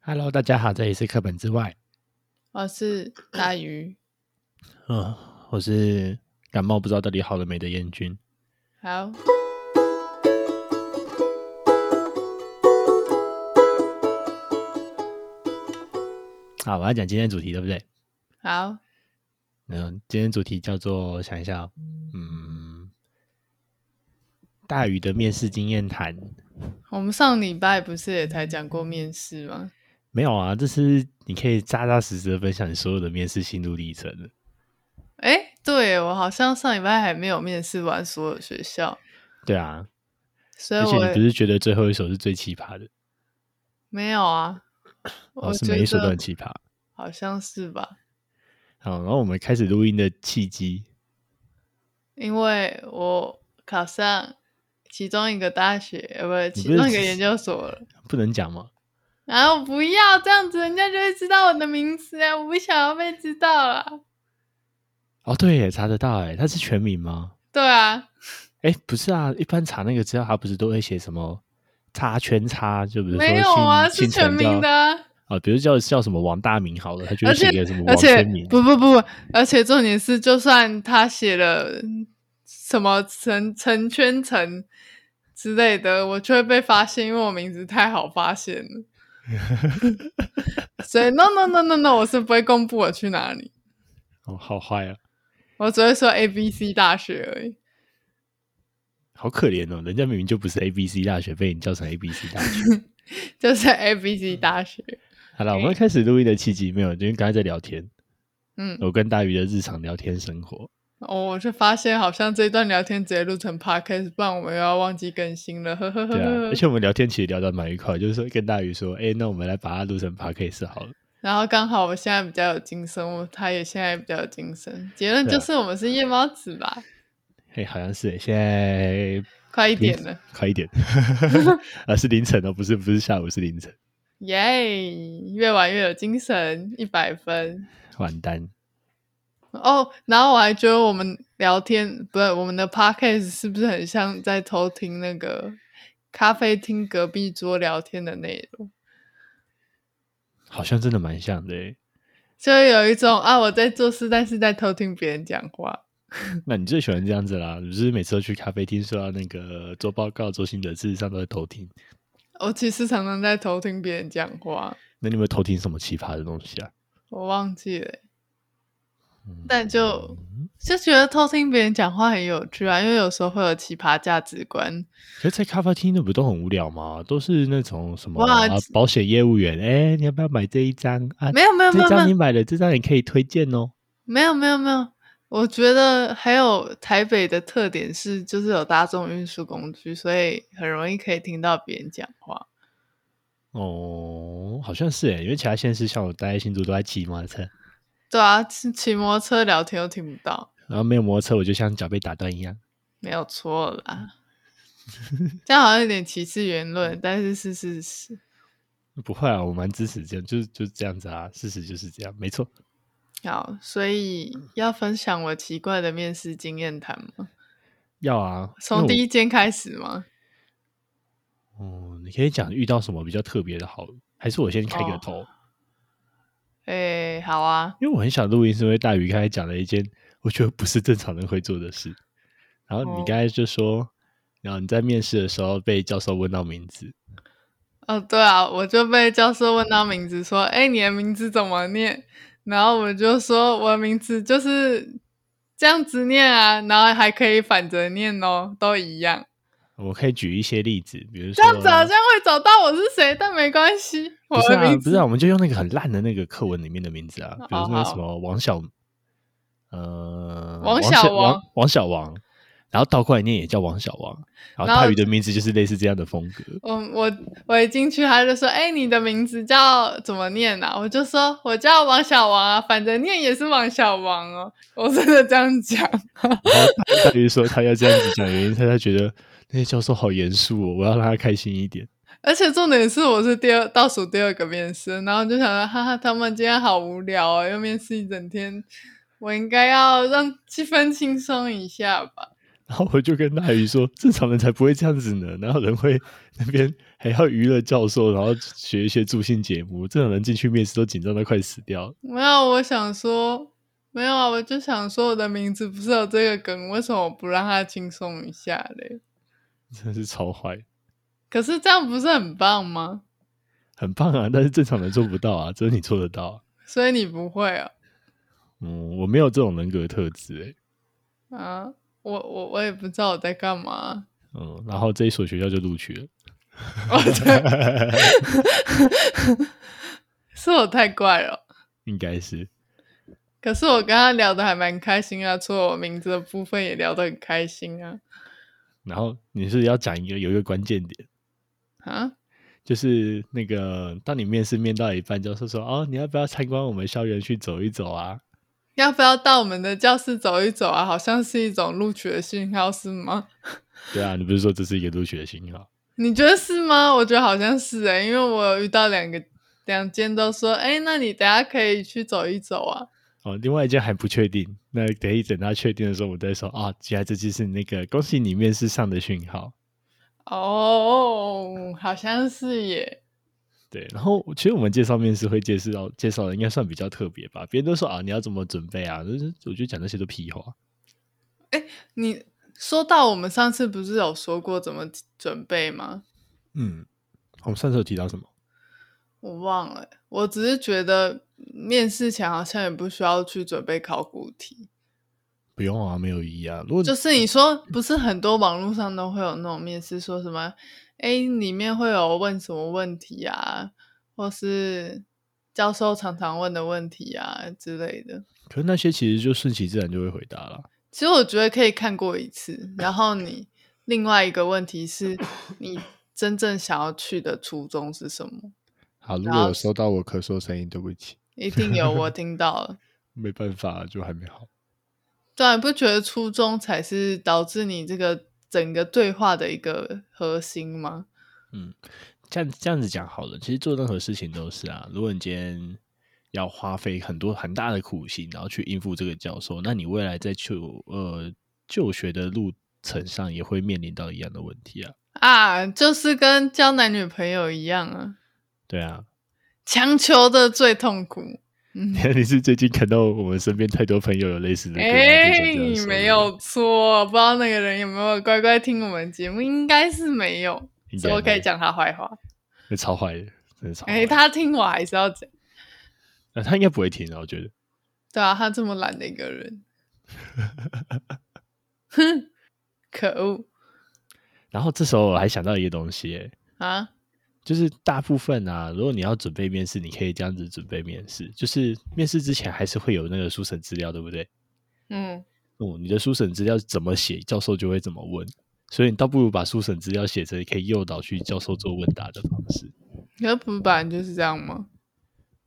Hello，大家好，这里是课本之外，我哦是大鱼。嗯，我是感冒不知道到底好了没的燕君。好，好，我要讲今天的主题，对不对？好，嗯，今天主题叫做，我想一下哦，嗯，大宇的面试经验谈。我们上礼拜不是也才讲过面试吗？没有啊，这是你可以扎扎实实的分享你所有的面试心路历程的。哎，对我好像上礼拜还没有面试完所有学校，对啊，所以而且你不我是觉得最后一首是最奇葩的，没有啊。哦，我是觉每一首都得很奇葩。好像是吧，好，然后我们开始录音的契机，因为我考上其中一个大学，呃，不是你其不是中一个研究所了。不能讲吗？然后不要这样子，人家就会知道我的名字啊！我不想要被知道啊啦。哦，对耶，查得到哎，它是全名吗？对啊，哎，不是啊，一般查那个资料，他不是都会写什么叉圈叉，就比如说没有啊，姓姓是陈全名的叫啊、啊，比如叫叫什么王大明好了，他就而会写且个什么而王且全明，不不不，而且重点是，就算他写了嗯什么陈陈圈陈之类的，我就会被发现，因为我名字太好发现了。所以 no no no no no，我是不会公布我去哪里，哦，好坏啊，我只会说 A B C 大学而已。好可怜哦，人家明明就不是 A B C 大学，被你叫成 A B C 大学。就是 A B C 大学，好了，我们开始录音的契机没有，因为刚才在聊天，嗯，我跟大鱼的日常聊天生活。哦，我就发现好像这一段聊天直接录成 podcast，不然我们又要忘记更新了，呵呵呵对啊，呵而。且我们聊天其实聊得蛮愉快，就是说跟大鱼说，哎、那我们来把它录成 p o d c a s 好了。然后刚好我现在比较有精神，我他也现在比较有精神。结论对啊就是我们是夜猫子吧，哎、好像是哎，现在快一点了，快一点， 啊，是凌晨哦，不是不是下午，是凌晨，耶、越玩越有精神，一百分完蛋。哦。然后我还觉得我们聊天不是我们的 podcast 是不是很像在偷听那个咖啡厅隔壁桌聊天的内容？好像真的蛮像的欸。就会有一种啊我在做事，但是在偷听别人讲话。那你最喜欢这样子啦？你不是每次都去咖啡厅说要那个做报告、做心得，事实上都在偷听。我其实常常在偷听别人讲话，那你有没有偷听什么奇葩的东西啊？我忘记了欸、嗯但就就觉得偷听别人讲话很有趣啊，因为有时候会有奇葩价值观。可是，在咖啡厅那不都很无聊吗？都是那种什么、哇啊、保险业务员，哎、你要不要买这一张啊？没有没有没这有张没你有买了，这张也可以推荐哦。没有没有没有，我觉得还有台北的特点是，就是有大众运输工具，所以很容易可以听到别人讲话。哦，好像是哎，因为其他县市像我待在新竹都在骑摩托车，对啊，骑骑摩托车聊天又听不到，然后没有摩托车，我就像脚被打断一样。没有错 啦。这样好像有点歧视言论，但是是事实。不会啊，我蛮支持这样，就是就是这样子啊，事实就是这样，没错。好，所以要分享我奇怪的面试经验谈吗？要啊，从第一，一间开始吗？哦，你可以讲遇到什么比较特别的好了，还是我先开个哦头？哎、好啊，因为我很想录音，是因为大鱼刚才讲了一件我觉得不是正常人会做的事。然后你哦刚才就说，然后你在面试的时候被教授问到名字，哦，对啊，我就被教授问到名字，说：“哎，你的名字怎么念？”然后我就说：“我的名字就是这样子念啊，然后还可以反着念哦，都一样。我可以举一些例子，比如说这样子好像会找到我是谁，但没关系，我啊不是的啊，名不是字、啊，我们就用那个很烂的那个课文里面的名字啊，比如哦说好什么王小，呃，王小小王王王小王，然后倒过来念也叫王小王，然后然后泰语的名字就是类似这样的风格。我我我一进去，他就说：“哎，你的名字叫怎么念啊？”我就说：“我叫王小王啊，反正念也是王小王哦。”我真的这样讲。然后泰泰语说他要这样子讲，原因是他觉得那些教授好严肃哦，我要让他开心一点。而且重点是，我是第二倒数第二个面试，然后就想说，哈哈，他们今天好无聊哦，又面试一整天，我应该要让气氛轻松一下吧。然后我就跟大鱼说，正常人才不会这样子呢，哪有人会那边还要娱乐教授，然后学一些助兴节目，这种人进去面试都紧张的快死掉了。没有，我想说没有啊，我就想说我的名字不是有这个梗，为什么不让他轻松一下嘞？真是超坏，可是这样不是很棒吗？很棒啊！但是正常人做不到啊，只有你做得到、啊。所以你不会啊？嗯，我没有这种人格特质欸诶、啊，我我我也不知道我在干嘛。 嗯，然后这一所学校就录取了。哦，对， 是我太怪了。应该是可是我跟他聊的还蛮开心啊，除了我名字的部分也聊得很开心啊。然后你是要讲一个有一个关键点，啊，就是那个当你面试面到一半，教授说：“哦，你要不要参观我们校园去走一走啊要不要到我们的教室走一走啊？好像是一种录取的信号，是吗？？”对啊，你不是说这是一个录取的信号？你觉得是吗？我觉得好像是诶、因为我有遇到两个两间都说，哎、那你等下可以去走一走啊。哦，另外一件还不确定，那等一等他确定的时候，我再说啊，原来这就是那个恭喜你面试上的讯号。哦，好像是耶。对，然后其实我们介绍面试会介绍介绍的应该算比较特别吧，别人都说啊你要怎么准备啊，就是我觉得讲那些都屁话。你说到我们上次不是有说过怎么准备吗？嗯，我们上次有提到什么？我忘了欸、我只是觉得面试前好像也不需要去准备考古题，不用啊，没有意义啊。如果就是你说不是很多网络上都会有那种面试，说什么哎里面会有问什么问题啊，或是教授常常问的问题啊之类的。可是那些其实就顺其自然就会回答了。其实我觉得可以看过一次，然后你另外一个问题是你真正想要去的初衷是什么？好，如然后果有收到我咳嗽声音，对不起，一定有，我听到了。没办法，啊就还没好。对啊，你不觉得初衷才是导致你这个整个对话的一个核心吗？这样这样子讲好了，其实做任何事情都是啊。如果你今天要花费很多很大的苦心，然后去应付这个教授，那你未来在求呃就学的路程上也会面临到一样的问题啊。啊，就是跟交男女朋友一样啊，对啊， 强求的最痛苦。嗯，你是最近看到我们身边太多朋友有类似的个案，哎、啊就想这样你说没的有错，不知道那个人有没有乖乖听我们节目，应该是没有，应所该以我可以没啊讲他坏话。那超坏的，真的超坏。哎、他听我还是要讲，呃他应该不会听啊，我觉得。对啊，他这么懒的一个人， 哼，可恶然后这时候我还想到一个东西、欸，啊！就是大部分啊，如果你要准备面试，你可以这样子准备面试，就是面试之前还是会有那个书审资料，对不对？嗯，哦、你的书审资料怎么写，教授就会怎么问，所以你倒不如把书审资料写成可以诱导去教授做问答的方式。可不本来就是这样吗？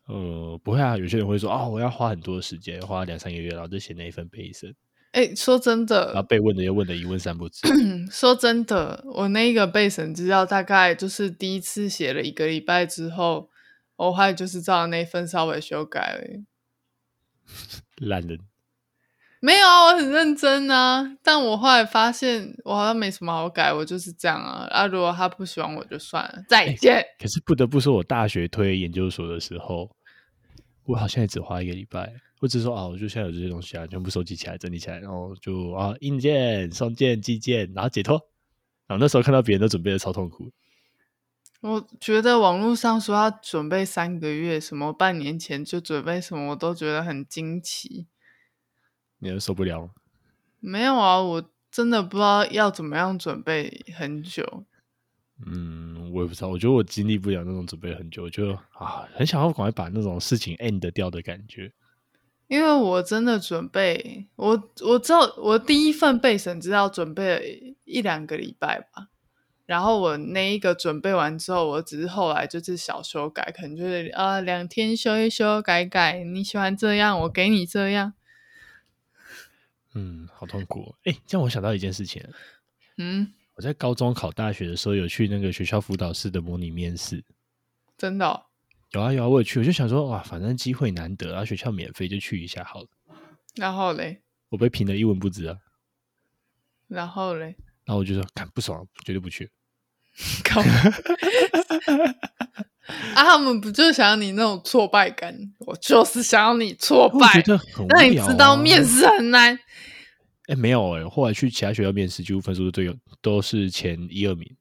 呃，不会啊，有些人会说哦，我要花很多时间，花两三个月，然后就写那一份背一生，哎、说真的，然后被问的又问的一问三不知。 嗯，说真的，我那个背审资料大概就是第一次写了一个礼拜之后，我后来就是照那份稍微修改而已。烂人，没有啊，我很认真啊，但我后来发现我好像没什么好改，我就是这样啊。啊，如果他不喜欢我就算了，再见。可是不得不说，我大学推研究所的时候，我好像也只花一个礼拜。我只是说啊，我就现在有这些东西啊，全部收集起来、整理起来，然后就啊，硬件、送件、寄件，然后解脱。然后那时候看到别人都准备的超痛苦，我觉得网络上说要准备三个月，什么半年前就准备什么，我都觉得很惊奇。你都受不了吗。没有啊，我真的不知道要怎么样准备很久。嗯，我也不知道，我觉得我经历不了那种准备很久，我就啊，很想要赶快把那种事情 end 掉的感觉。因为我真的准备，我我知道我第一份备审资料准备了一两个礼拜吧，然后我那一个准备完之后，我只是后来就是小修改，可能就是啊两天修一修改改，你喜欢这样我给你这样，嗯，好痛苦、哦。哎，这样我想到一件事情，嗯，我在高中考大学的时候有去那个学校辅导室的模拟面试，真的哦、有啊有啊，我也去，我就想说哇，反正机会难得啊，学校免费就去一下好了。然后嘞，我被评的一文不值啊，然后嘞，然后我就说看不爽，绝对不去。 靠啊，他们不就想要你那种挫败感？我就是想要你挫我觉败，得很无聊、啊。让哦你知道面试很难。哎、没有哎、后来去其他学校面试，几乎分数都最有都是前一二名。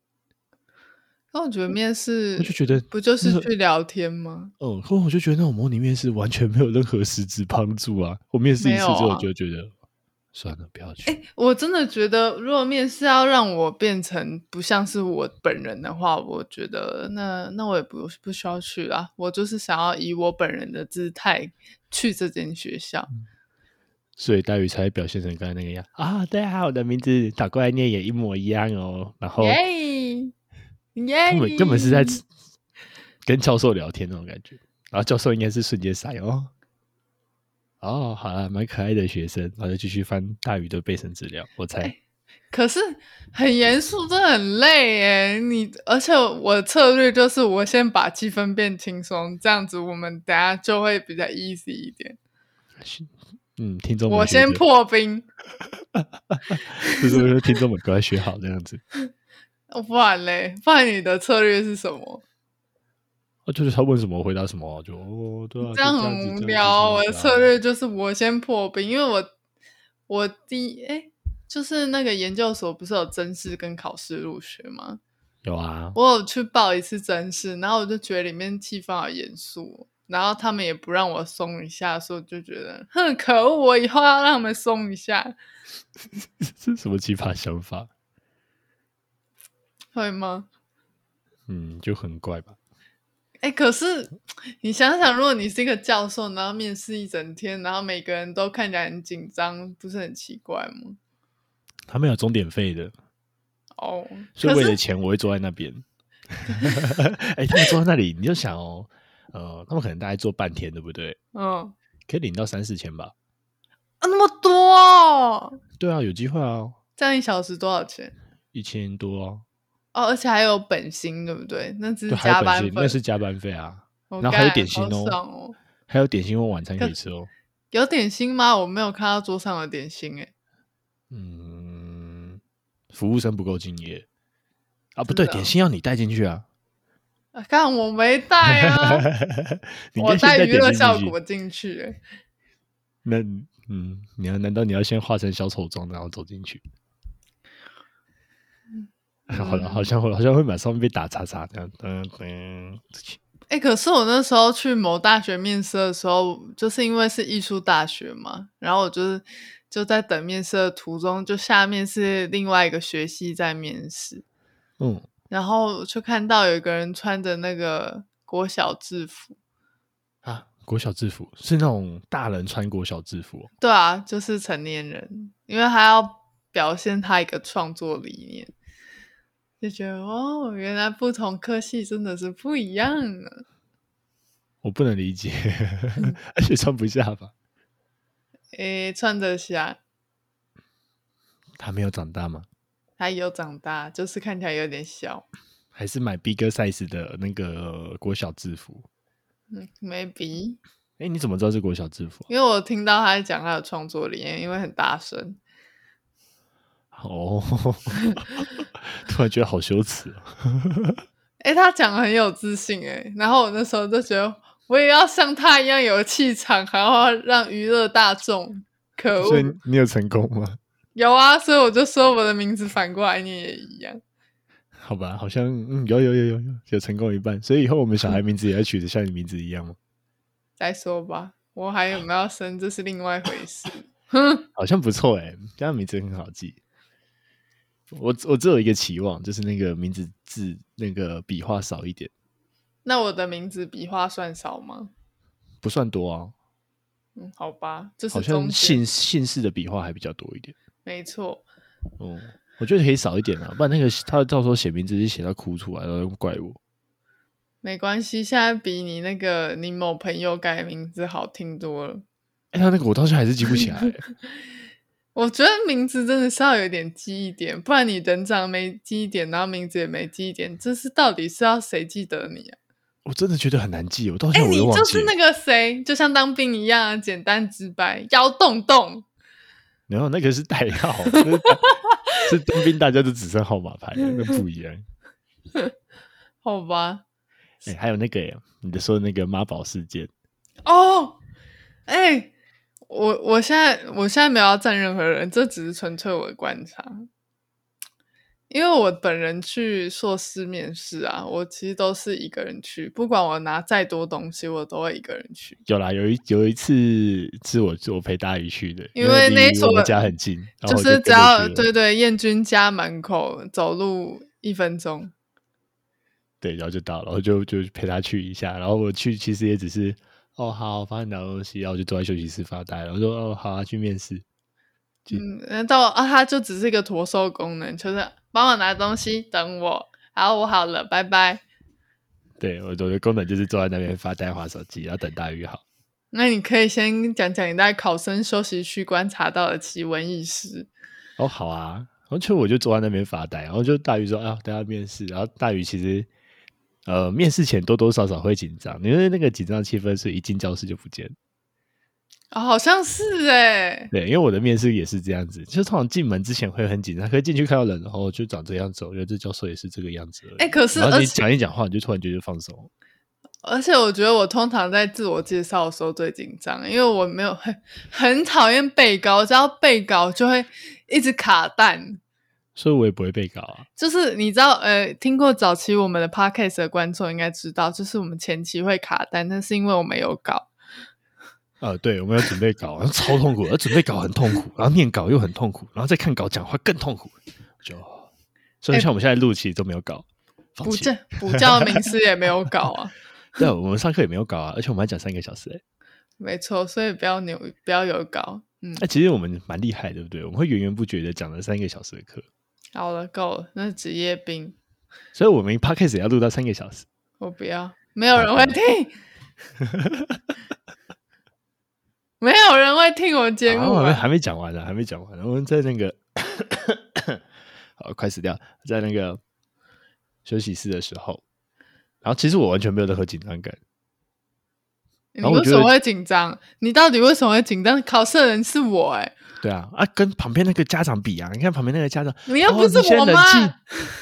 那我觉得面试我就觉得，不就是那个去聊天吗？嗯，可我就觉得那种模拟面试完全没有任何实质帮助啊！我面试一没次之有后啊哎就觉得、算了，不要去。我真的觉得，如果面试要让我变成不像是我本人的话，我觉得那那我也不不需要去啦。我就是想要以我本人的姿态去这间学校。所以大宇才表现成刚才那个样啊！大家好，我的名字打过来念也一模一样哦。然后耶耶！根本根本是哎在吃跟教授聊天那种感觉，然后教授应该是瞬间傻眼哦。哦，好了，蛮可爱的学生，然后就继续翻大宇的备审资料，我猜。哎可是很严肃，真的很累耶。你而且我策略就是，我先把气氛变轻松，这样子我们等下就会比较 easy 一点。 嗯，听众们我学先着，破冰，就是说听众们赶快学好这样子。哦不然嘞，不然你的策略是什么？哦，就是他问什么我回答什么，就哦对啊，就这这样样很无子聊。哦我的这策。样子这样子啊略就是我先破冰，因为我我第一哎、就是那个研究所不是有真试跟考试入学吗？有啊， 我有去报一次真试，然后我就觉得里面气氛好严肃，哦然后他们也不让我松一下，所以我就觉得，哼，可恶！我以后要让他们松一下，这是什么奇葩想法？会吗？嗯，就很怪吧。哎、可是你想想，如果你是一个教授，然后面试一整天，然后每个人都看起来很紧张，不是很奇怪吗？他们有钟点费的，哦，所以可为了是钱我会坐在那边。 哎、他们坐在那里，你就想哦，呃，他们可能大概坐半天，对不对？嗯。可以领到三四千吧？啊，那么多、哦，对啊，有机会啊，这样一小时多少钱？一千多啊，哦，而且还有本薪，对不对？那只对，是还有嗯加本班薪，费，那是加班费啊，我然后还有干点心好哦爽哦。还有点心或晚餐可以吃哦。有点心吗？我没有看到桌上有点心、欸，嗯，服务生不够敬业啊，不真对，的哦点心要你带进去啊。哎、啊，看我没带啊， 你应我该先带带娱乐点心效进去果进去、欸，那嗯，你要难道你要先化成小丑妆，然后走进去？好了，好像会，好像会马上被打叉叉这样，噔噔。哎、可是我那时候去某大学面试的时候，就是因为是艺术大学嘛，然后我就是就在等面试的途中，就下面是另外一个学系在面试，嗯，然后就看到有一个人穿着那个国小制服，啊，国小制服是那种大人穿国小制服哦、对啊，就是成年人，因为他要表现他一个创作理念，就觉得哦，原来不同科系真的是不一样的。我不能理解，而且穿不下吧？诶，欸穿得下，他没有长大吗？他有长大，就是看起来有点小，还是买 bigger size 的那个国小制服？嗯，maybe， 哎、你怎么知道是国小制服啊？因为我听到他在讲他的创作理念，因为很大声。哦， 突然觉得好羞耻、哦。诶，他讲的很有自信诶，然后我那时候就觉得我也要像他一样有气场，还要让娱乐大众。可所以恶，你有成功吗？有啊，所以我就说我的名字反过来念也一样。好吧，好像嗯，有有有有有有成功一半，所以以后我们小孩名字也要取得像你名字一样 吗？再说吧，我还有没有要生，这是另外一回事。好像不错哎、这样名字很好记。我我只有一个期望，就是那个名字字那个笔画少一点，那我的名字笔画算少吗？不算多啊，嗯，好吧，就是好中像间，姓姓氏的笔画还比较多一点。没错。哦、我觉得可以少一点啊，不然那个他到时候写名字就写到哭出来，然后怪我。没关系，现在比你那个你某朋友改名字好听多了。哎、他那个我到现在还是记不起来 欸、我觉得名字真的是要有点记忆点，不然你人长没记忆点，然后名字也没记忆点，这是到底是要谁记得你啊？我真的觉得很难记，我到现哎、在我你都忘就记是了。那个谁，就像当兵一样、啊，简单直白，摇动动。然 后那 个是代号，那是当是当兵，大家都只剩号码牌了，那不一样。好吧。哎、还有那个耶你的说的那个妈宝事件，哦，哎、我我现在我现在没有要赞任何人，这只是纯粹我的观察。因为我本人去硕士面试啊，我其实都是一个人去，不管我拿再多东西，我都会一个人去。有啦，有一有一次是我我陪大姨去的，因为那离所我们家很近，然后就我是跟只着要去了对对，燕君家门口走路一分钟，对，然后就到了，然后就就陪他去一下，然后我去其实也只是哦好，帮你拿东西，然后我就坐在休息室发呆，然后说哦好啊，去面试，嗯，那到啊，它就只是一个驼兽功能，就是帮我拿东西，等我，好，我好了，拜拜。对我我的功能就是坐在那边发呆划手机，然后等大鱼好。那你可以先讲讲你在考生休息区观察到的奇闻异事。哦，好啊，然后就我就坐在那边发呆，然后就大鱼说啊，等下面试，然后大鱼其实呃面试前多多少少会紧张，因为那个紧张气氛是一进教室就不见了。哦，好像是哎、对，因为我的面试也是这样子，就是通常进门之前会很紧张，可是进去看到人，然后就长这样子，我觉得这教授也是这个样子而已。哎可是然后而你且讲一讲话，你就突然觉得放松。而且我觉得我通常在自我介绍的时候最紧张，因为我没有很很讨厌背稿，只要背稿就会一直卡蛋。所以我也不会被搞啊。就是你知道，呃，听过早期我们的 podcast 的观众应该知道，就是我们前期会卡蛋，那是因为我没有稿。呃，对，我们要准备稿，然后超痛苦，要准备稿很痛苦，然后念稿又很痛苦，然后再看稿讲话更痛苦，就所以哎像我们现在录其实都没有稿，放补弃教补教名师也没有搞啊，对，我们上课也没有搞啊，而且我们还讲三个小时、欸。没错，所以不要扭，不要有搞。嗯，哎那、其实我们蛮厉害，对不对？我们会源源不绝的讲了三个小时的课，好了，够了，那是职业病，所以我们 podcast 也要录到三个小时。我不要，没有人会听，没有人会听我节目啊、我们啊、还没讲完呢、还没讲完呢、啊我们在那个 好快死掉，在那个休息室的时候，然后其实我完全没有任何紧张感，你然后我为觉什得么会紧张？你到底为什么会紧张？考试的人是我、欸，哎，对啊，啊，跟旁边那个家长比啊，你看旁边那个家长，你又哦不是你先我冷妈静，然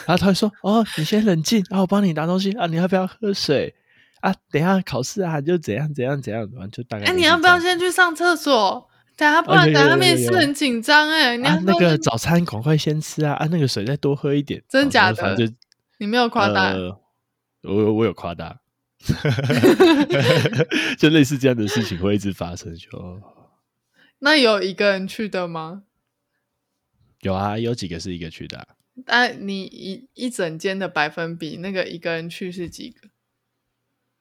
后他会说，哦，你先冷静，啊，我帮你拿东西啊，你要不要喝水啊？等一下考试啊，就怎样怎样怎样，然后就大概哎、就是这样。你要不要先去上厕所？等下，不然有有等下有面有试有很紧张哎。你要啊，不那要个先早餐赶快先吃啊！啊，那个水再多喝一点。真哦假然后反的正就你没有夸大呃、我有我有夸 大， 就类似这样的事情会一直发生。就那有一个人去的吗？有啊，有几个是一个去的啊、那你一一整间的百分比，那个一个人去是几个？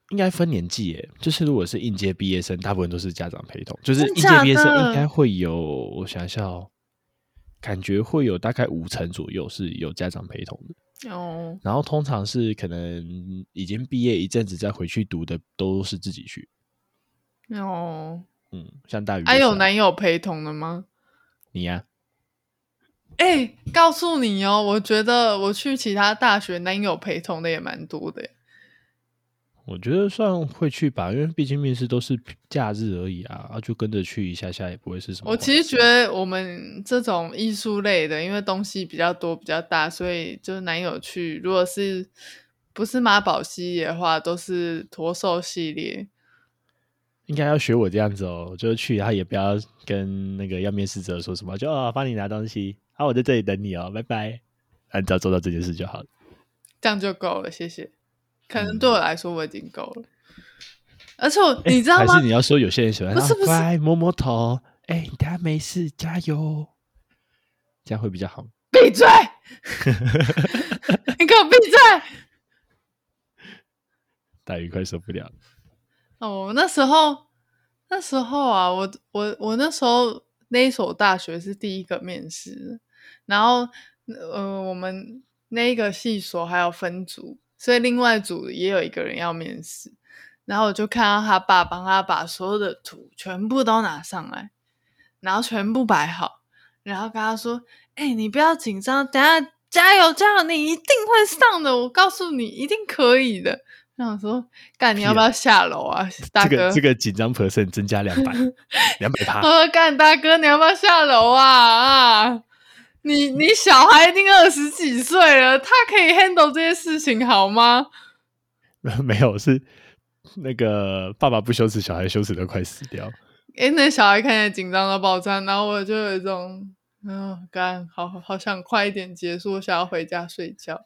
应该分年纪耶，就是如果是应届毕业生，大部分都是家长陪同，就是真应届假毕业生的应该会有，我想一下哦，感觉会有大概五成左右是有家长陪同的。哦，然后通常是可能已经毕业一阵子再回去读的，都是自己去。哦，嗯，像大鱼还、就是有啊男友陪同的吗？你啊呀、哎、告诉你哦，我觉得我去其他大学男友陪同的也蛮多的耶。我觉得算会去吧，因为毕竟面试都是假日而已啊，啊就跟着去一下下也不会是什么我坏事。其实觉得我们这种艺术类的，因为东西比较多、比较大，所以就是男友去，如果是不是妈宝系列的话，都是驼兽系列。应该要学我这样子哦，就是去，然后也不要跟那个要面试者说什么，就啊、哦、帮你拿东西，啊我在这里等你哦，拜拜。按照做到这件事就好了。这样就够了，谢谢。可能嗯哎对我来说我已经够了，而且我你知道还吗是？你要说有些人喜欢，不是啊不是乖摸摸头，哎、你等下没事，加油，这样会比较好。闭嘴！啊你给我闭嘴！大鱼快受不了了，哦，那时候那时候啊，我我我那时候那一所大学是第一个面试，然后呃，我们那一个系所还有分组，所以另外组也有一个人要面试，然后我就看到他爸帮他把所有的图全部都拿上来，然后全部摆好，然后跟他说：“哎、你不要紧张，等下加油加油，你一定会上的，我告诉你，一定可以的。”然后我说：“干，你要不屁啊要下楼啊，大这哥？”个这个紧张 percent 增 加两百，两百趴呃我。说干大哥，你要不要下楼啊？啊！你你小孩一定二十几岁了，他可以 handle 这些事情好吗？ 没有，是那个爸爸不羞耻，小孩羞耻的快死掉。诶，那小孩看起来紧张到爆炸，然后我就有一种，嗯、干，好好想快一点结束，我想要回家睡觉。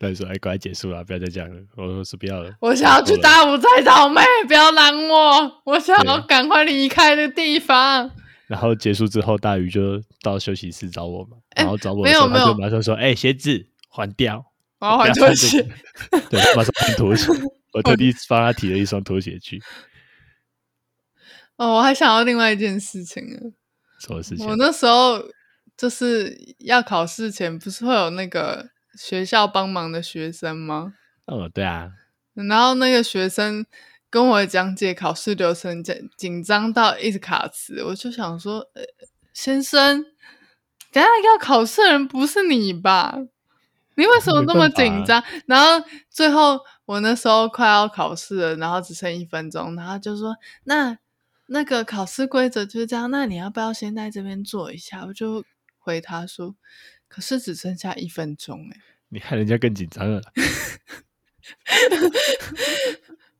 那你说，哎，赶快结束了，不要再讲了。我说是不要了，我想要去打。大五菜找妹，不要拦我，我想要对赶快离开这个地方。然后结束之后，大鱼就到休息室找我嘛，哎然后找我没的时候，有没他有就马上说：“哎、鞋子还掉，我要不换要拖穿这鞋个。”对，马上换拖 鞋。我特地帮他提了一双拖鞋去。哦，我还想要另外一件事情啊，什么事情我？那时候就是要考试前，不是会有那个学校帮忙的学生吗？哦，对啊，然后那个学生跟我讲解考试流程，紧紧张到一直卡词，我就想说，呃、先生，等一下要考试的人不是你吧？你为什么那么紧张？然后最后我那时候快要考试了，然后只剩一分钟，然后他就说那那个考试规则就是这样，那你要不要先在这边坐一下？我就回他说，可是只剩下一分钟哎、你害人家更紧张了。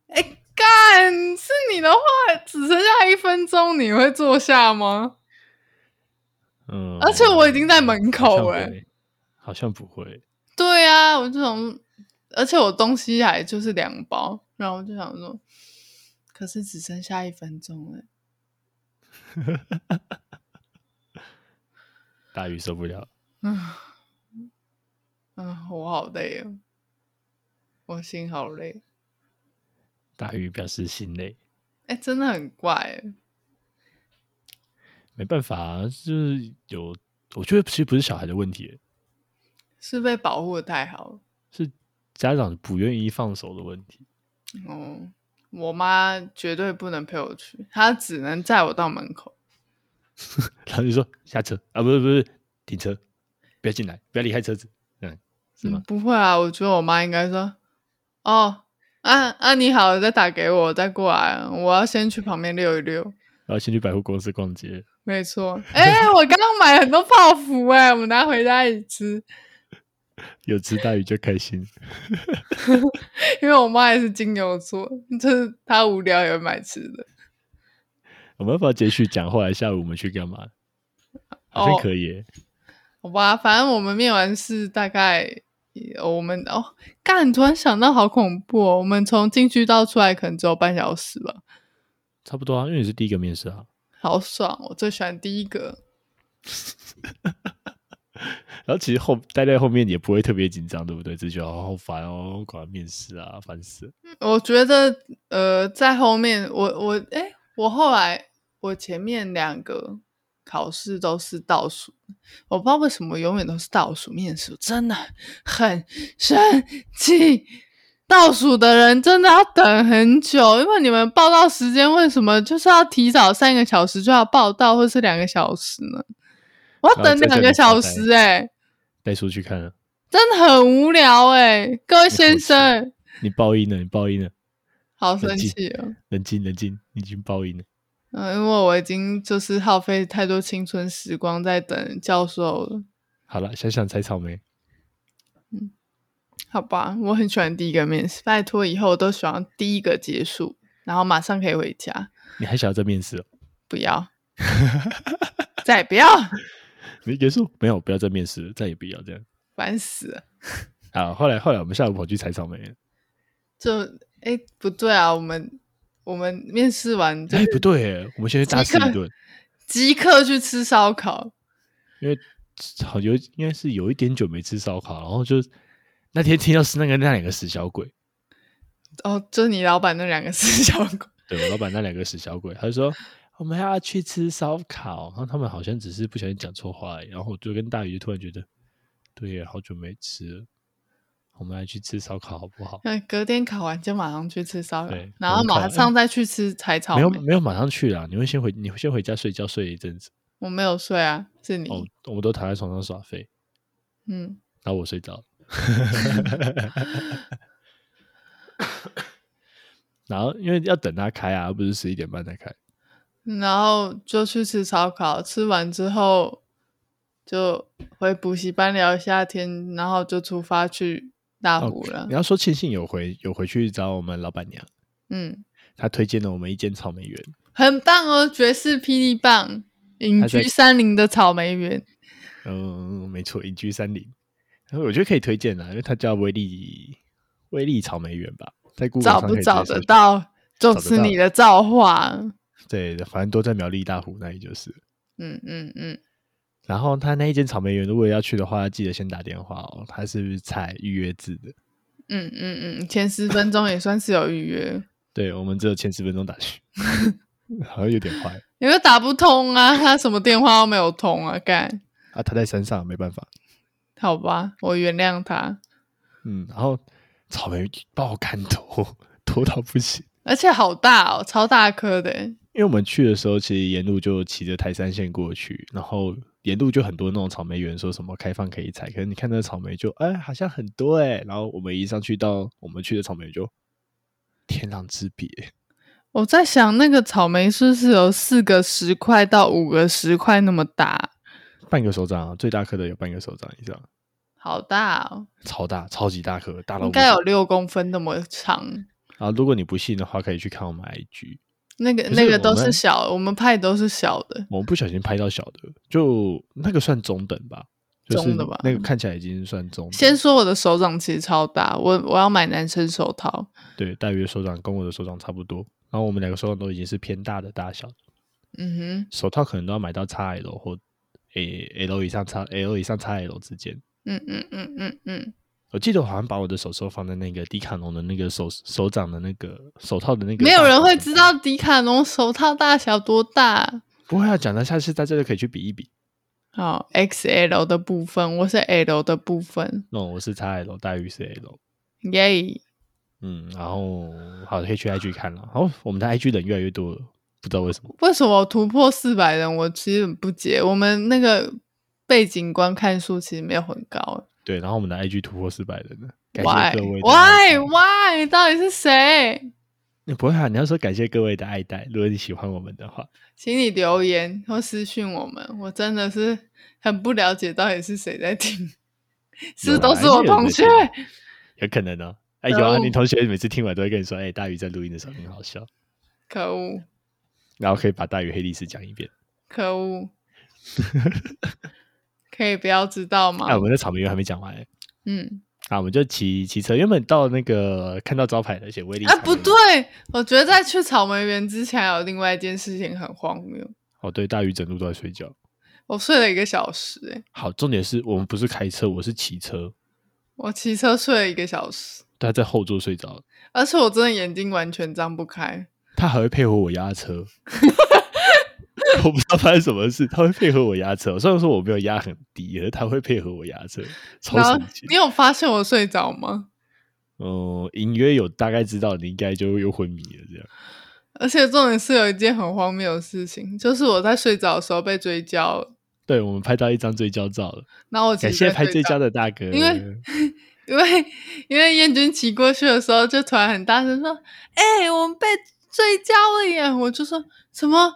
哎、干，是你的话只剩下一分钟，你会坐下吗？嗯，而且我已经在门口哎、哎好像不会。对啊，我这种，而且我东西还就是两包，然后我就想说，可是只剩下一分钟了。大鱼受不了，嗯，嗯，我好累啊，我心好累。大鱼表示心累，哎、真的很怪欸、没办法、啊，就是有，我觉得其实不是小孩的问题，是被保护的太好了。是家长不愿意放手的问题。哦，我妈绝对不能陪我去，她只能载我到门口。然后就说下车啊，不是不是停车，不要进来，不要离开车子，嗯，是吗嗯？不会啊，我觉得我妈应该说，哦，啊啊，你好，再打给我，再过来，我要先去旁边溜一溜。然后先去百货公司逛街，没错，哎、 我刚刚买了很多泡芙、哎，我们拿回家一起吃，有吃大鱼就开心。因为我妈也是金牛座，就是她无聊也会买吃的。我们要不要接续讲？后来下午我们去干嘛？好哦像可以耶、好吧，反正我们面完试大概，呃我们哦，干，突然想到好恐怖哦，我们从进去到出来可能只有半小时吧，差不多啊，因为你是第一个面试啊。好爽，哦我最喜欢第一个。然后其实后待在后面也不会特别紧张，对不对？只是觉得哦好烦哦，搞完面试啊，烦死了。我觉得呃，在后面我我哎、我后来我前面两个考试都是倒数，我不知道为什么永远都是倒数面试，我真的很生气。倒数的人真的要等很久，因为你们报到时间为什么就是要提早三个小时就要报到，或是两个小时呢？我要然后等在两这个里发小呆时、欸，哎，带出去看啊，真的很无聊、欸，哎，各位好先气生，你报应了，你报应了，好生冷静气哦。冷静冷静，你已经报应了。嗯，因为我已经就是耗费太多青春时光在等教授了，好了，想想采草莓，好吧，我很喜欢第一个面试，拜托以后我都喜欢第一个结束，然后马上可以回家，你还想要再面试、哦？不要，再也不要，没结束？没有，不要再面试了，再也不要这样。烦死了。啊，后来后来我们下午跑去采草莓了。就哎、不对啊，我们我们面试完 就哎、不是对耶，我们先去大吃即刻一顿，即刻去吃烧烤，因为好有应该是有一点久没吃烧烤，然后就那天听到是那个那两个死小鬼，哦，就是你老板那两个死小狗，对我老板那两个死小鬼，他就说我们要去吃烧烤，然后他们好像只是不小心讲错话而已，然后我就跟大鱼就突然觉得，对耶，好久没吃了，我们来去吃烧烤好不好？嗯，隔天考完就马上去吃烧烤对，然后我们考马完上再去吃柴草没有莓，没有马上去啦，你会先回你会先回家睡觉睡一阵子，我没有睡啊，是你，哦，我们都躺在床上耍废，嗯。然后我睡着了。 然后因为要等他开啊，而不是十一点半才开。然后就去吃烧烤，吃完之后就回补习班聊一下天，然后就出发去大哦湖了。你要说庆幸有回有回去找我们老板娘，嗯，她推荐了我们一间草莓园，很棒哦，爵士霹雳棒，隐他在居山林的草莓园。嗯，没错，隐居山林，然后我觉得可以推荐啦，因为它叫威力威力草莓园吧，在 Google 找上不可以直接找搜得寻？到，找就得是到你的造化。对，反正都在苗栗大湖那里就是。嗯嗯嗯，然后他那一间草莓园，如果要去的话，记得先打电话哦。他是采预约制的，嗯嗯嗯，前十分钟也算是有预约，对我们只有前十分钟打 去，好像有点坏因为打不通啊，他什么电话都没有通啊，干，啊。他在山上没办法，好吧，我原谅他。嗯，然后草莓爆干多，多到不行。而且好大哦，超大颗的欸，因为我们去的时候，其实沿路就骑着台山线过去，然后沿路就很多那种草莓园，说什么开放可以采，可是你看那草莓就哎好像很多哎、然后我们一上去到我们去的草莓就天壤之别，我在想那个草莓是不是有四个十块到五个十块那么大，半个手掌啊，最大颗的有半个手掌以上。好大哦，超大，超级大颗，大到应不该行有六公分那么长。啊！如果你不信的话，可以去看我们 IG。那个可是那个我都是们小，我们派都是小的，我们不小心拍到小的，就那个算中等吧，就是中的吧那个看起来已经算中等。先说我的手掌其实超大，我我要买男生手套。对，大约手掌跟我的手掌差不多，然后我们两个手掌都已经是偏大的大小，嗯哼，手套可能都要买到 XL 或 A L 以上 XL 以上 XL 之间。嗯嗯嗯嗯嗯，我记得我好像把我的手手放在那个迪卡侬的那个手手掌的那个手套的那个，没有人会知。道迪卡侬手套大小多大。不会啊，讲到下次大家就可以去比一比。好，XL 的部分，我是 L 的部分，那、我是 XL，大于是 L。耶、嗯，然后好可以去 IG 看了。好，我们的 IG 人越来越多了，不知道为什么。为什么突破四百人？我其实很不解，我们那个背景观看数其实没有很高。对，然后我们的 IG 突破四百人了，感谢各位的爱戴。Why Why Why？到底是谁？你不会啊，你要说感谢各位的爱戴，如果你喜欢我们的话，请你留言或私讯我们，我真的是很不了解到底是谁 在听，有是啦都是我同学。，还是有人在听有可能哦。哎，有啊，哦你同学每次听完都会跟你说，哎，大鱼在录音的时候很好笑，可恶，然后可以把大鱼黑历史讲一遍。可恶， 可以不要知道吗哎，？我们的草莓园还没讲完欸，嗯，啊，我们就骑骑车，原本到那个看到招牌了，写威力啊，草莓不园对，我觉得在去草莓园之前还有另外一件事情很荒谬，哦，对，大鱼整路都在睡觉。我睡了一个小时、欸，好，重点是我们不是开车，我是骑车，我骑车睡了一个小时，他在后座睡着了，而且我真的眼睛完全张不开，他还会配合我压 车。我不知道发生什么事，他会配合我压车。虽然说我没有压很低，可是他会配合我压车，超然后神奇你。有发现我睡着吗？嗯，隐约有大概知道你应该就又昏迷了这样。而且重点是有一件很荒谬的事情，就是我在睡着的时候被追焦了，对，我们拍到一张追焦照了，然后我其感实谢在拍追睡焦觉，的大哥。因为因为因为燕君骑过去的时候，就突然很大声说：“哎、我们被追焦了耶！”我就说什么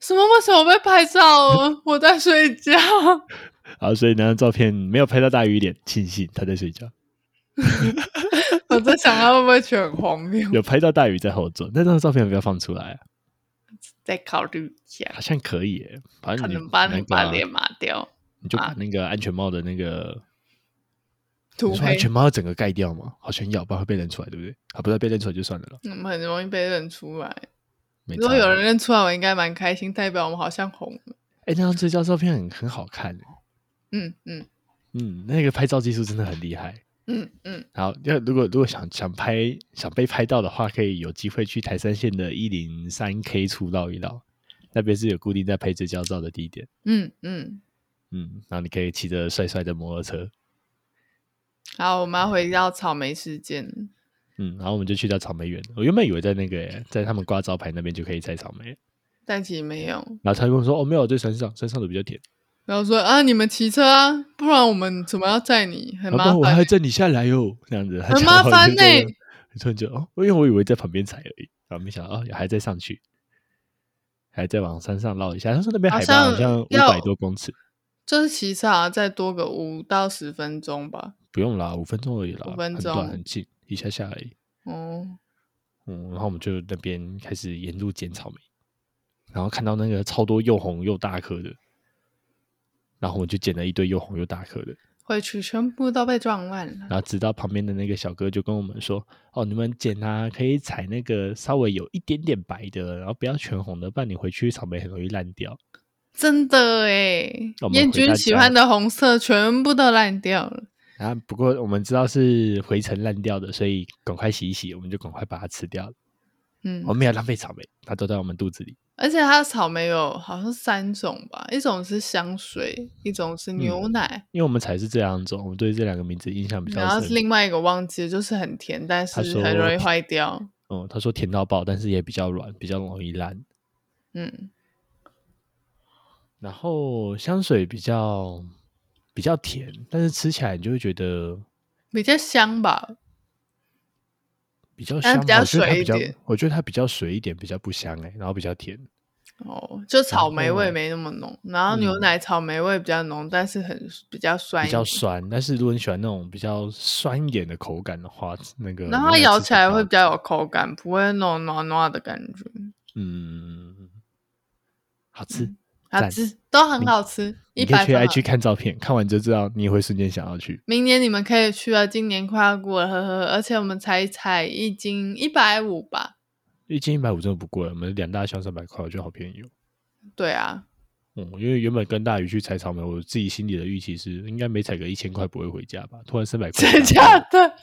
什么为什么被拍照了？我在睡觉， 好，所以那张照片没有拍到大鱼脸，庆幸他在睡觉；我在想他会不会觉得很荒谬，有拍到大鱼在后座，那张照片不要放出来、啊，再考虑一下，好像可以耶。反可正你能把那你个把啊脸抹掉，你就把啊那个安全帽的那个，涂你说黑安，全帽要整个盖掉吗？好像要，不然会被认出来，对不对？啊，不是被认出来就算了了。我们很容易被认出来。没如果差啊有人认出来，我应该蛮开心，代表我们好像红了。哎、那张追焦照片很很好看耶，嗯嗯嗯，那个拍照技术真的很厉害。嗯嗯。然后要如果如果想想拍想被拍到的话，可以有机会去台山县的一零三 K 处绕一绕，那边是有固定在拍追焦照的地点。嗯，嗯，嗯，然后你可以骑着帅帅的摩托车，好，我们要回到草莓事件。嗯，然后我们就去到草莓园。我原本以为在那个耶在他们挂招牌那边就可以摘草莓，但其实没有，然后他跟我说：“哦，没有，在山上，山上的比较甜。然后说啊，你们骑车啊，不然我们怎么要载你？然很后麻啊不然我还要烦，载你下来哟，这样子很麻烦呢、呢。突然就哦，因为我以为在旁边踩而已，然后没想到哦，还在上去。还再往山上绕一下。他说那边好海拔好像像五要百多公尺，就是骑车好像再多个五到十分钟吧。不用啦，五分钟而已啦，五分很短钟很近，一下下而已。哦，嗯，然后我们就那边开始沿路捡草莓，然后看到那个超多又红又大颗的，然后我们就捡了一堆又红又大颗的，回去全部都被撞烂了。然后直到旁边的那个小哥就跟我们说：“哦，你们捡啊，可以采那个稍微有一点点白的，然后不要全红的，不然你回去草莓很容易烂掉。真的诶，那我们燕回大君喜欢家的红色全部都烂掉了。”啊，不过我们知道是回程烂掉的，所以赶快洗一洗，我们就赶快把它吃掉了。嗯我，们没有浪费草莓，它都在我们肚子里。而且它的草莓有好像三种吧，一种是香水，一种是牛奶，因为我们采是这两种，我们对这两个名字印象嗯比较然后深。另外一个忘记了，就是很甜，但是他说很容易坏掉。嗯，他说甜到爆，但是也比较软，比较容易烂。嗯，然后香水比较比较甜，但是吃起来你就会觉得比较香吧。比较但香是吧，嗯我觉得它比比较水一较点，我觉得它比较水一点，比较不香哎、然后比较甜。哦，就草莓味后没那么浓，然后嗯牛奶草莓味比较浓，但是很比较酸比一较点，酸，但是如果你喜欢那种比较酸一点的口感的话，那个然后牛它奶咬吃起来会到比较有口感，不会那种暖暖的感觉。嗯好吃。嗯好赞吃，都很明好吃，一你可百以去分啊 IG 满。看照片，看完就知道，你也会瞬间想要去。明年你们可以去了，啊今年快要过了，呵呵。而且我们才采一斤一百五吧，一斤一百五真的不贵，我们两大箱三百块，我觉得好便宜哦。对啊， 嗯，因为原本跟大鱼去采草莓，我自己心里的预期是应该每采个一千块不会回家吧，突然三百块，真假？的？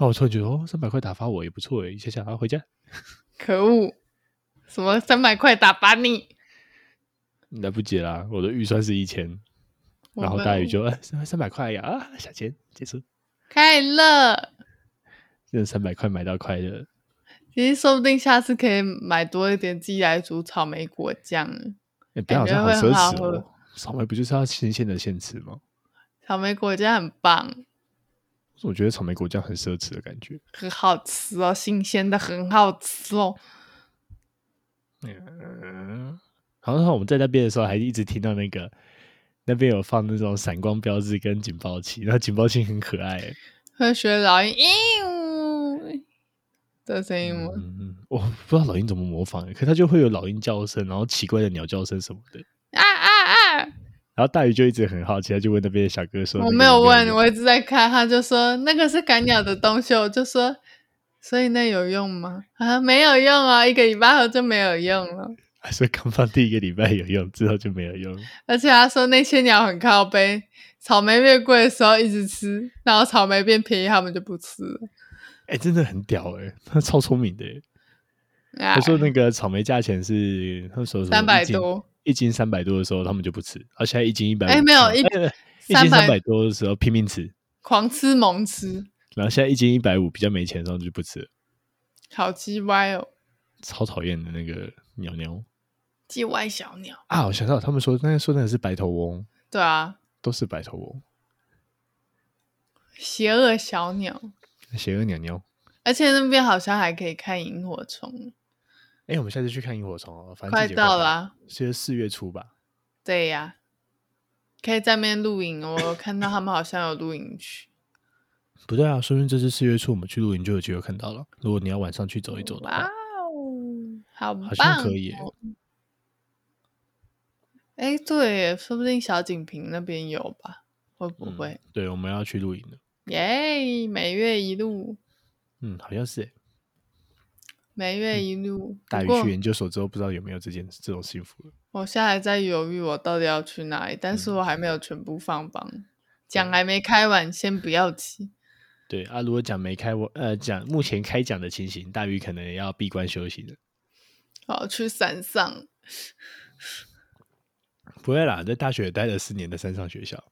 那我突然觉得哦，三百块打发我也不错诶，一下下啊回家。可恶！什么三百块打发你？来不及啦，我的预算是一千，我然后们大宇就哎三三百块呀啊，小钱结束，快乐。用三百块买到快乐。其实说不定下次可以买多一点，自己来煮草莓果酱。哎，不要好感觉像好会奢很好侈哦，草莓不就是要新鲜的现吃吗？草莓果酱很棒，我觉得草莓果酱很奢侈的感觉。很好吃哦，新鲜的很好吃哦。嗯，然后我们在那边的时候还一直听到那个那边有放那种闪光标志跟警报器，然后警报器很可爱 欸。科学老鹰，咦呜的声音吗？嗯，我不知道老鹰怎么模仿欸，可它就会有老鹰叫声，然后奇怪的鸟叫声什么的。啊啊啊！然后大鱼就一直很好奇，他就问那边的小哥说：“那我个没有问，用我一直在看，他就说那个是赶鸟的东西，我就说，所以那有用吗？啊，没有用啊，一个礼拜后就没有用了。他说刚放第一个礼拜有用，之后就没有用。而且他说那些鸟很靠背，草莓变贵的时候一直吃，然后草莓变便宜，他们就不吃了。哎，真的很屌哎、他超聪明的、欸。啊他，说那个草莓价钱是他说什么300一斤多，一斤三百多的时候他们就不吃，然后现在一斤一百。哎没有一哎 一斤三300百多的时候拼命吃，狂吃猛吃，然后现在一斤一百五比较没钱的时候就不吃了，好鸡歪哦，超讨厌的那个鸟鸟鸡歪小鸟。啊！我想到他们说那个说那个是白头翁，对啊，都是白头翁，邪恶小鸟。邪恶鸟鸟。而且那边好像还可以看萤火虫，哎、我们下次去看萤火虫哦，反正快季节到啊到啦、了，是四月初吧？对呀、可以在那边露营哦。我有看到他们好像有露营区，不对啊，说明这次四月初我们去露营就有机会看到了。如果你要晚上去走一走的哇话，哦，好棒、哦！好像可以耶哎，对耶，说不定小景坪那边有吧？会不嗯会？对，我们要去露营了。耶、每月一路，嗯，好像是欸。每月一路。大不鱼过嗯去研究所之后，不知道有没有这件这种幸福了。我现在还在犹豫我到底要去哪里，但是嗯我还没有全部放榜，奖还没开完，先不要急。对啊，如果讲没开我呃讲目前开奖的情形，大鱼可能也要闭关休息了。我要去山上，不会啦，在大学待了四年的山上学校，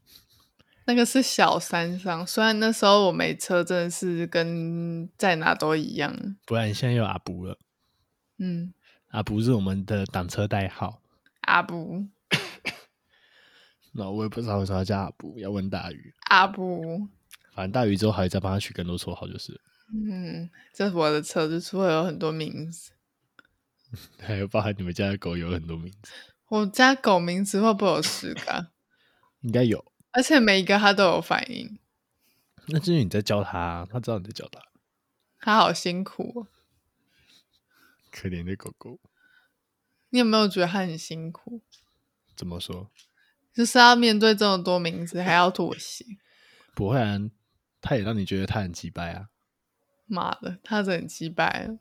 那个是小山上，虽然那时候我没车，真的是跟在哪都一样。不然现在又有阿布了。嗯，阿布是我们的挡车代号，阿布那我也不知道为什么要叫阿布，要问大鱼。阿布，反正大鱼之后还会再帮他取更多绰号，就是了。嗯，这是我的车就是会有很多名字，还有包含你们家的狗有很多名字，我家狗名字会不会有十个啊？应该有。 而且每一个它都有反应，那至于你在教它，它知道你在教它，它好辛苦、哦。可怜的狗狗。你有没有觉得它很辛苦？怎么说？就是要面对这么多名字，还要妥协。不会啊，它也让你觉得它很鸡掰啊。妈的，它真的很鸡掰了。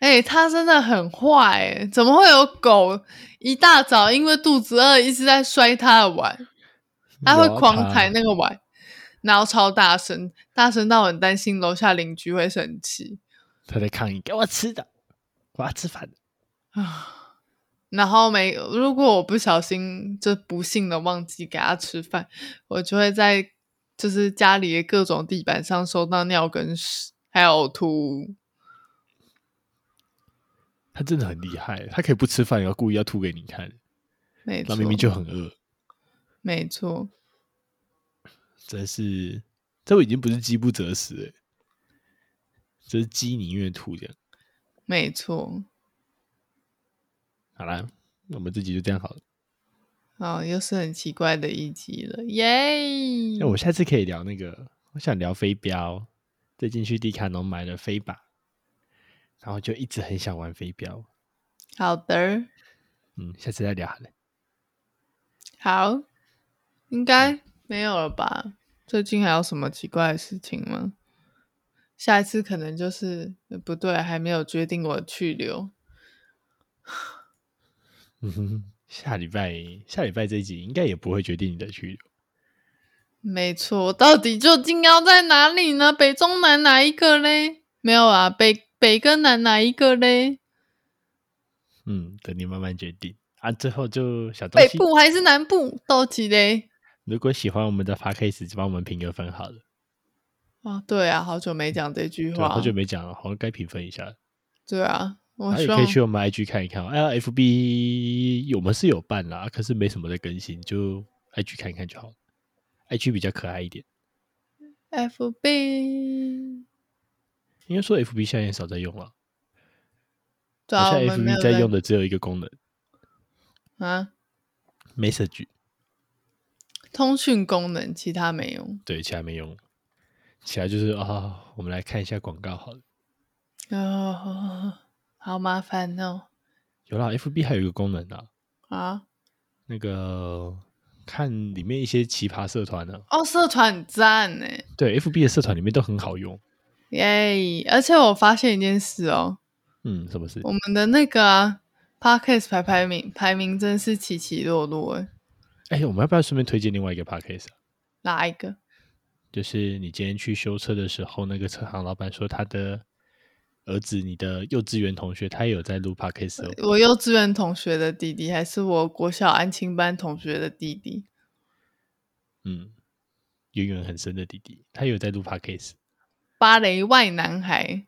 哎、欸，它真的很坏、欸，怎么会有狗一大早因为肚子饿一直在摔它的碗？它会狂踩那个碗，然后超大声，大声到我很担心楼下邻居会生气它在抗议，给我吃的，我要吃饭的。啊。 然后每如果我不小心就不幸的忘记给它吃饭，我就会在就是家里的各种地板上收到尿跟屎，还有呕吐物。它真的很厉害，它可以不吃饭，然后故意要吐给你看，没错，那明明就很饿，没错，真是，这已经不是饥不择食了，这是鸡宁愿吐这样。没错。好啦，那我们这集就这样好了。哦，又是很奇怪的一集了，耶！哎那我下次可以聊那个，我想聊飞镖。最近去迪卡侬买了飞靶，然后就一直很想玩飞镖。好的，嗯，下次再聊好了。好，应嗯该没有了吧？最近还有什么奇怪的事情吗？下一次可能就是呃不对，还没有决定我的去留。嗯哼，下礼拜下礼拜这一集应该也不会决定你的去留。没错，到底究竟要在哪里呢？北中南哪一个嘞？没有啊，北北跟南哪一个嘞？嗯，等你慢慢决定啊。最后就小东北西，部还是南部？到底嘞？如果喜欢我们的 podcast，就帮我们评个分好了。啊，对啊，好久没讲这句对啊，话，好久没讲了，好像该评分一下了。对啊，我然后希也望可以去我们 IG 看一看哦。哎呀，FB 我们是有办啦，啊可是没什么在更新，就 IG 看一看就好了。IG 比较可爱一点， FB，应该说 FB 现在也少在用了。对啊，我现在们没有 FB 在用的只有一个功能啊， ，Message，通讯功能，其他没有。对，其他没用。其他就是啊、我们来看一下广告好了。哦，好麻烦哦。有啦，FB 还有一个功能啊，啊，那个看里面一些奇葩社团呢、啊，哦，社团很赞呢，对，FB 的社团里面都很好用。耶！而且我发现一件事哦，嗯，什么事？我们的那个啊 podcast 排排名排名真是起起落落诶，哎、我们要不要顺便推荐另外一个 podcast 啊？哪一个？就是你今天去修车的时候，那个车行老板说他的儿子，你的幼稚园同学，他也有在录 podcast 哦。我幼稚园同学的弟弟，还是我国小安亲班同学的弟弟？嗯，渊源很深的弟弟，他也有在录 podcast，芭蕾外男孩，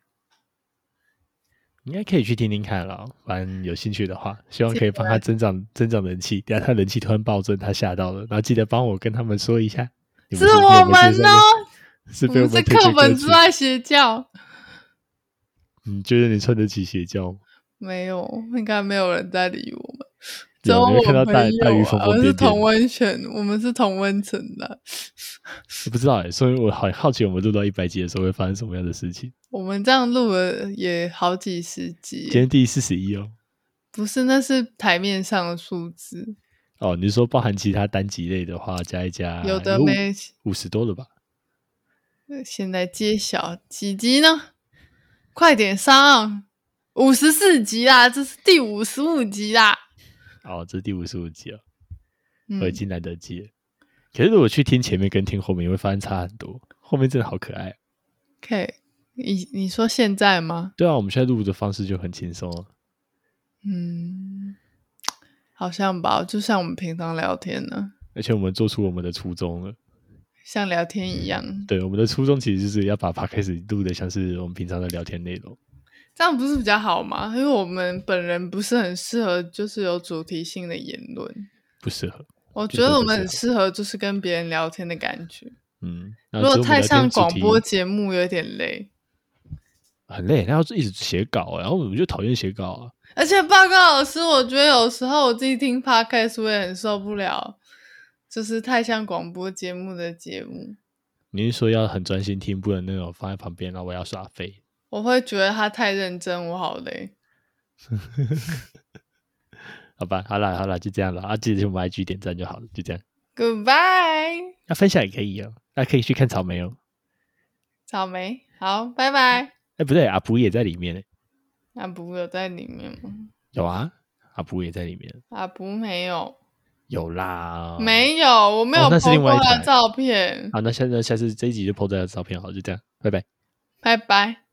你应该可以去听听看了。反正有兴趣的话，希望可以帮他增长增长人气。等下他人气突然暴增，他吓到了，然后记得帮我跟他们说一下。你是我们是被哦是我被们我是们课本之之外邪教。你嗯觉得你穿得起邪教吗？没有，应该没有人在理我们。只有我你朋会友看到大大鱼疯啊，我疯们是癫同癫。温泉，我们是同温层的。我不知道哎、所以我好好奇，我们录到一百集的时候会发生什么样的事情？我们这样录了也好几十今天集，第四十一哦。不是，那是台面上的数字，哦，你是说包含其他单集类的话，加一加，有的没。五十多了吧？现在揭晓几集呢？快点上，五十四集啦，这是第五十五集啦。哦，这是第五十五集了，嗯我已，经来得及了。可是如果去听前面跟听后面，你会发现差很多。后面真的好可爱。可以，你你说现在吗？对啊，我们现在录的方式就很轻松啊了。嗯，好像吧，就像我们平常聊天呢，而且我们做出我们的初衷了。像聊天一样，对，我们的初衷其实就是要把 p 开始 录的像是我们平常的聊天内容。这样不是比较好吗？因为我们本人不是很适合，就是有主题性的言论。不适合，我就觉是得我不们适很合适合就是跟别人聊天的感觉。嗯。那如之果后我们太聊天像主广题播节目，有点累。很累，然后一直写稿，啊然后我就讨厌写稿啊。而且报告老师，我觉得有时候我自己听 podcast 我也很受不了，就是太像广播节目的节目，你是说要很专心听，不能那种放在旁边，然后我要刷飞？我会觉得他太认真，我好累。好吧，好啦好啦，就这样了啊！记得去我们 IG 点赞就好了，就这样。 Goodbye，那、分享也可以哦，那、可以去看草莓哦。草莓，好，拜拜。哎、不对，阿普也在里面呢。欸阿布有在里面吗？有啊，阿普也在里面。阿布没有，有啦，没有，我没有哦那是 po 另外一过他的台照片。好，那下次下次这一集就 PO 在照片好了，就这样，拜拜。拜拜。